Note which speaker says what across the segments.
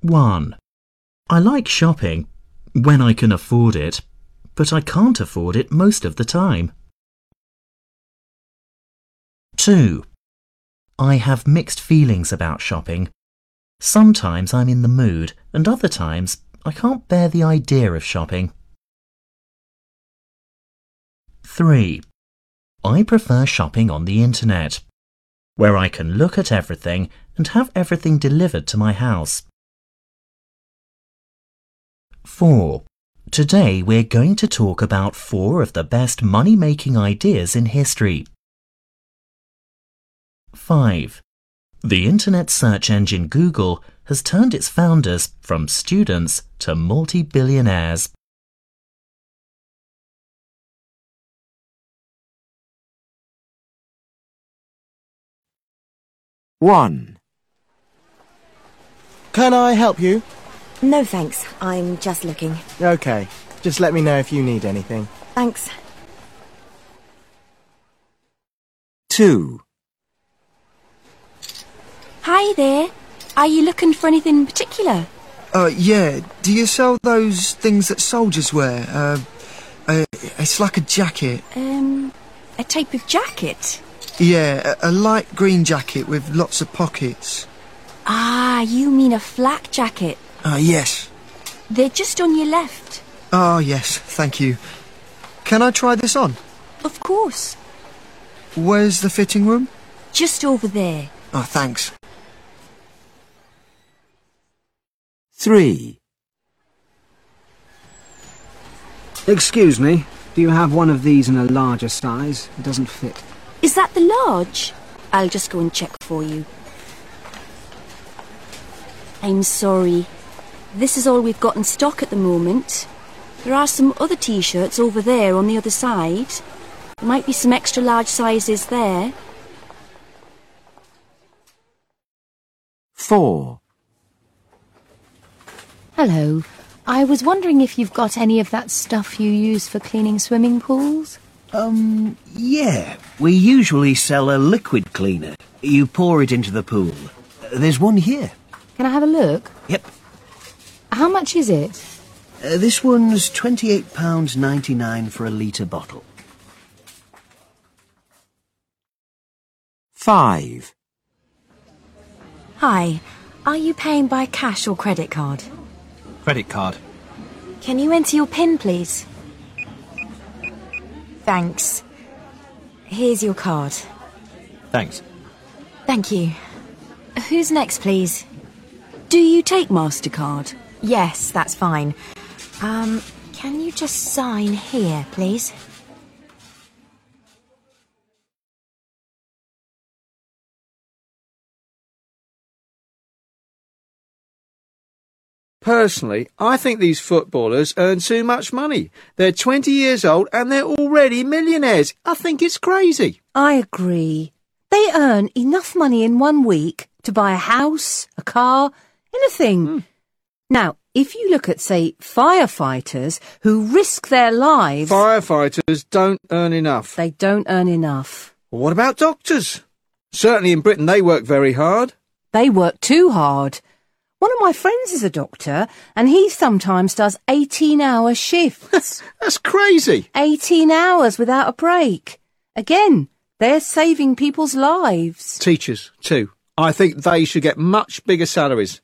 Speaker 1: 1. I like shopping when I can afford it, but I can't afford it most of the time. 2. I have mixed feelings about shopping. Sometimes I'm in the mood, and other times I can't bear the idea of shopping. 3. I prefer shopping on the internet, where I can look at everything and have everything delivered to my house. 4. Today we're going to talk about four of the best money making ideas in history. 5. The internet search engine Google has turned its founders from students to multi billionaires.
Speaker 2: One. Can I help you?
Speaker 3: No thanks, I'm just looking.
Speaker 2: Okay. Just let me know if you need anything.
Speaker 3: Thanks.
Speaker 2: Two.
Speaker 4: Hi there. Are you looking for anything in particular?
Speaker 5: Uh, yeah. Do you sell those things that soldiers wear? Uh, uh, it's like a jacket.
Speaker 4: Um, a type of jacket.
Speaker 5: Yeah, a, a light green jacket with lots of pockets.
Speaker 4: Ah, you mean a flak jacket.
Speaker 5: Ah, yes.
Speaker 4: They're just on your left.
Speaker 5: Ah, yes. Thank you. Can I try this on?
Speaker 4: Of course.
Speaker 5: Where's the fitting room?
Speaker 4: Just over there.
Speaker 6: Oh,
Speaker 5: Ah, thanks.
Speaker 2: Three.
Speaker 7: Excuse me, do you have one of these in a larger size? It doesn't fit.
Speaker 4: Is that the large? I'll just go and check for you. I'm sorry. This is all we've got in stock at the moment. There are some other t shirts over there on the other side. There might be some extra large sizes there.
Speaker 2: Four.
Speaker 8: Hello. I was wondering if you've got any of that stuff you use for cleaning swimming pools?
Speaker 6: Um, yeah. We usually sell a liquid cleaner. You pour it into the pool. There's one here.
Speaker 8: Can I have a look?
Speaker 6: Yep.
Speaker 8: How much is it?
Speaker 6: Uh, this one's £28.99 for a litre bottle.
Speaker 2: Five.
Speaker 3: Hi, are you paying by cash or credit card?
Speaker 9: Credit card.
Speaker 3: Can you enter your PIN, please? Thanks. Here's your card.
Speaker 9: Thanks.
Speaker 3: Thank you. Who's next, please?
Speaker 4: Do you take MasterCard?
Speaker 3: Yes, that's fine. Um, can you just sign here, please?
Speaker 10: Personally, I think these footballers earn too much money. They're 20 years old and they're already millionaires. I think it's crazy.
Speaker 11: I agree. They earn enough money in one week to buy a house, a car, anything.
Speaker 3: Hmm.
Speaker 11: Now, if you look at, say, firefighters who risk their lives,
Speaker 10: Firefighters don't earn enough.
Speaker 11: they don't earn enough.
Speaker 10: What about doctors? Certainly in Britain they work very hard.
Speaker 11: They work too hard. One of my friends is a doctor, and he sometimes does 18 hour shifts.
Speaker 10: That's crazy.
Speaker 11: 18 hours without a break. Again, they're saving people's lives.
Speaker 10: Teachers, too. I think they should get much bigger salaries.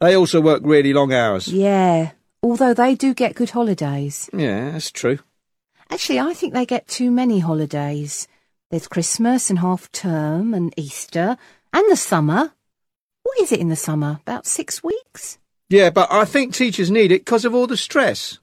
Speaker 10: They also work really long hours.
Speaker 11: Yeah, although they do get good holidays.
Speaker 10: Yeah, that's true.
Speaker 11: Actually, I think they get too many holidays. There's Christmas and half term and Easter and the summer. What is it in the summer? About six weeks?
Speaker 10: Yeah, but I think teachers need it because of all the stress.